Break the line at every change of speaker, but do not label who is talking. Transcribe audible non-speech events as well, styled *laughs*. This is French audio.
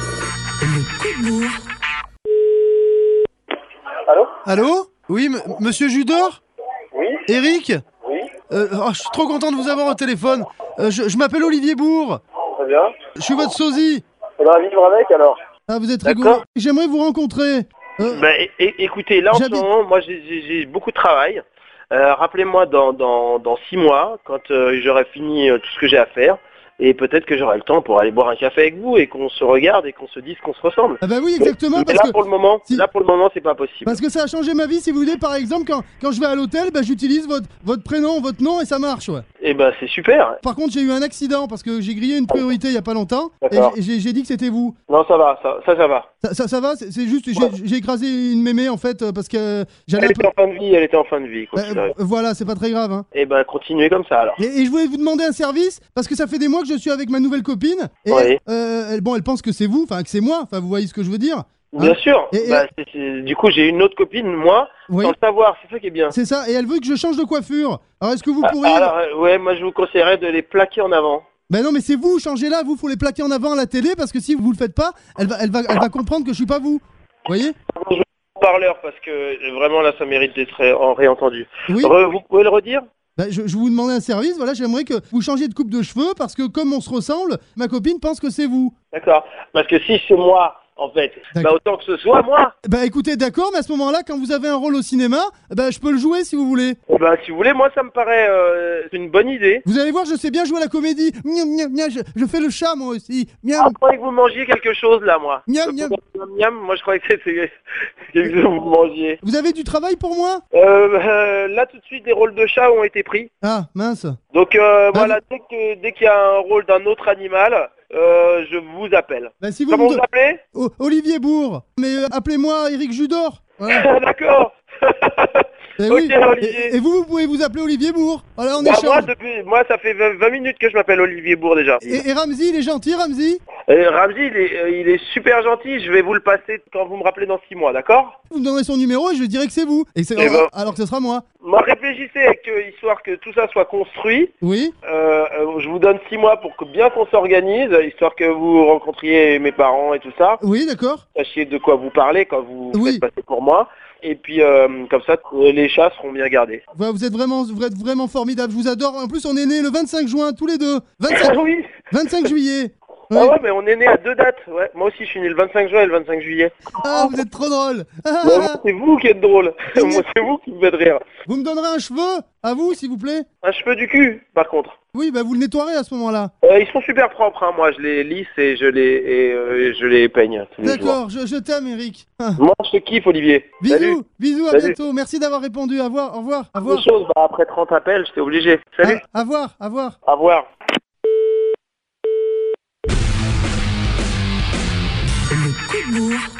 le coup de bourre.
Allô
Allô Oui, m- monsieur Judor
Oui
Eric
Oui
Euh, oh, Je suis trop content de vous avoir au téléphone. Euh, je je m'appelle Olivier Bourg.
Très bien.
Je suis votre sosie.
On va vivre avec alors
Ah, vous êtes
D'accord.
rigolo. J'aimerais vous rencontrer. Euh,
Bah, é- é- écoutez, là en ce
J'habite-
moment, moi j'ai- j'ai j'ai beaucoup de travail. Euh, Rappelez-moi dans, dans, dans six mois, quand euh, j'aurai fini euh, tout ce que j'ai à faire, et peut-être que j'aurai le temps pour aller boire un café avec vous, et qu'on se regarde et qu'on se dise qu'on se ressemble.
ah bah oui, exactement,
Mais
parce
là
que,
pour le moment,
si-
là pour le moment, c'est pas possible.
parce que ça a changé ma vie. Si vous voulez, par exemple, quand, quand je vais à l'hôtel, bah, j'utilise votre, votre prénom, votre nom, et ça marche, ouais.
Et ben c'est super.
Par contre, j'ai eu un accident, parce que j'ai grillé une priorité il y a pas longtemps, et
D'accord.
j'ai- j'ai j'ai dit que c'était vous.
Non, ça va, ça, ça, ça va.
Ça, ça, ça va C'est c'est juste, j'ai-
Ouais.
j'ai écrasé une mémé, en fait, euh, parce que euh, j'allais...
Elle
un peu-
était en fin de vie, elle était en fin de vie. Quoi,
Euh, voilà, c'est pas très grave, hein.
Et ben continuez comme ça alors.
Et, et je voulais vous demander un service parce que ça fait des mois que je suis avec ma nouvelle copine. Et
Oui.
euh, elle, bon, elle pense que c'est vous, enfin que c'est moi. Enfin, vous voyez ce que je veux dire
Bien sûr.
Hein Et- et-
Bah, c'est- c'est- Du coup, j'ai une autre copine, moi,
Oui.
sans le savoir. C'est ça qui est bien.
C'est ça. Et elle veut que je change de coiffure. Alors est-ce que vous pourriez
Alors, euh, ouais, moi je vous conseillerais de les plaquer en avant.
Ben non, mais c'est vous. Changez là. Vous, faut les plaquer en avant à la télé parce que si vous le faites pas, elle va, elle va, elle va comprendre que je suis pas vous. Vous voyez
Parleur, parce que euh, vraiment là, ça mérite d'être euh, en réentendu.
Oui.
Re- vous pouvez le redire
Ben, je, je vous demandais un service. Voilà, j'aimerais que vous changiez de coupe de cheveux parce que comme on se ressemble, ma copine pense que c'est vous.
D'accord. Parce que si c'est moi, en fait, bah
D'accord.
autant que ce soit moi.
Ben écoutez, d'accord, mais à ce moment-là, quand vous avez un rôle au cinéma, ben je peux le jouer si vous voulez.
Eh ben, si vous voulez, moi ça me paraît euh, une bonne idée.
Vous allez voir, je sais bien jouer à la comédie. Miam, miam, miam, je, je fais le chat moi aussi. Miam.
Après Ah, que vous mangiez quelque chose là, moi.
Miam,
Euh,
miam.
miam, miam. Moi je croyais que c'était *laughs* quelque chose que vous mangiez.
Vous avez du travail pour moi
Euh, euh, là tout de suite, des rôles de chat ont été pris.
Ah, mince.
Donc euh, voilà, dès que- dès qu'il y a un rôle d'un autre animal, euh, je vous appelle.
Bah, si vous
Comment
me
vous
do-
appelez
Oh, Olivier Bourg. Mais euh, appelez-moi Eric Judor. Voilà.
Ah, D'accord.
Eh
Ok,
oui.
Olivier.
Et, et vous, vous pouvez vous appeler Olivier Bourg. Voilà, on
Bah, moi,
échange.
depuis, moi, ça fait 20 20 minutes que je m'appelle Olivier Bourg déjà.
Et, et Ramzi, il est gentil, Ramzi.
Euh, Ramzi, il est, euh, il est super gentil. Je vais vous le passer quand vous me rappelez dans 6 mois, d'accord
Vous me donnerez son numéro et je dirai que c'est vous. Et c'est-
Eh ben.
Alors que ce sera moi.
Moi, réfléchissez, avec, euh, histoire que tout ça soit construit.
Oui.
Euh, euh, je vous donne 6 mois pour que bien qu'on s'organise, histoire que vous rencontriez mes parents et tout ça.
Oui, d'accord.
Sachiez de quoi vous parlez quand vous
Oui.
faites passer pour moi. Et puis, euh, comme ça, euh, les chats seront bien gardés. *coughs*
Voilà, vous êtes vraiment, vous êtes vraiment formidable. Je vous adore. En plus, on est nés le 25 juin, tous les deux. 25,
oui
25 juillet.
Ah
Oui.
ouais, mais on est né à deux dates. Ouais. Moi aussi, je suis né le 25 juin et le 25 juillet. Oh.
Ah, vous êtes trop drôle. Ah,
Ouais,
ah,
moi,
ah.
c'est vous qui
*laughs*
êtes drôle. Moi, c'est vous qui me faites rire.
Vous me donnerez un cheveu, à vous, s'il vous plaît
Un cheveu du cul, par contre.
Oui, bah vous le nettoierez à ce moment-là.
Euh, ils sont super propres, hein, moi je les lisse et je les, et, euh, et je les peigne. tous les jours.
D'accord, je, je t'aime, Eric. *laughs* Ah.
Moi je te kiffe Olivier.
Bisous,
Salut.
bisous, à
Salut.
bientôt. Merci d'avoir répondu. Au revoir, au revoir, au
Une
revoir.
chose, bah, après 30 appels, j'étais obligé. Salut,
Ah, Au revoir, au revoir.
au revoir.
Le coup de bourre.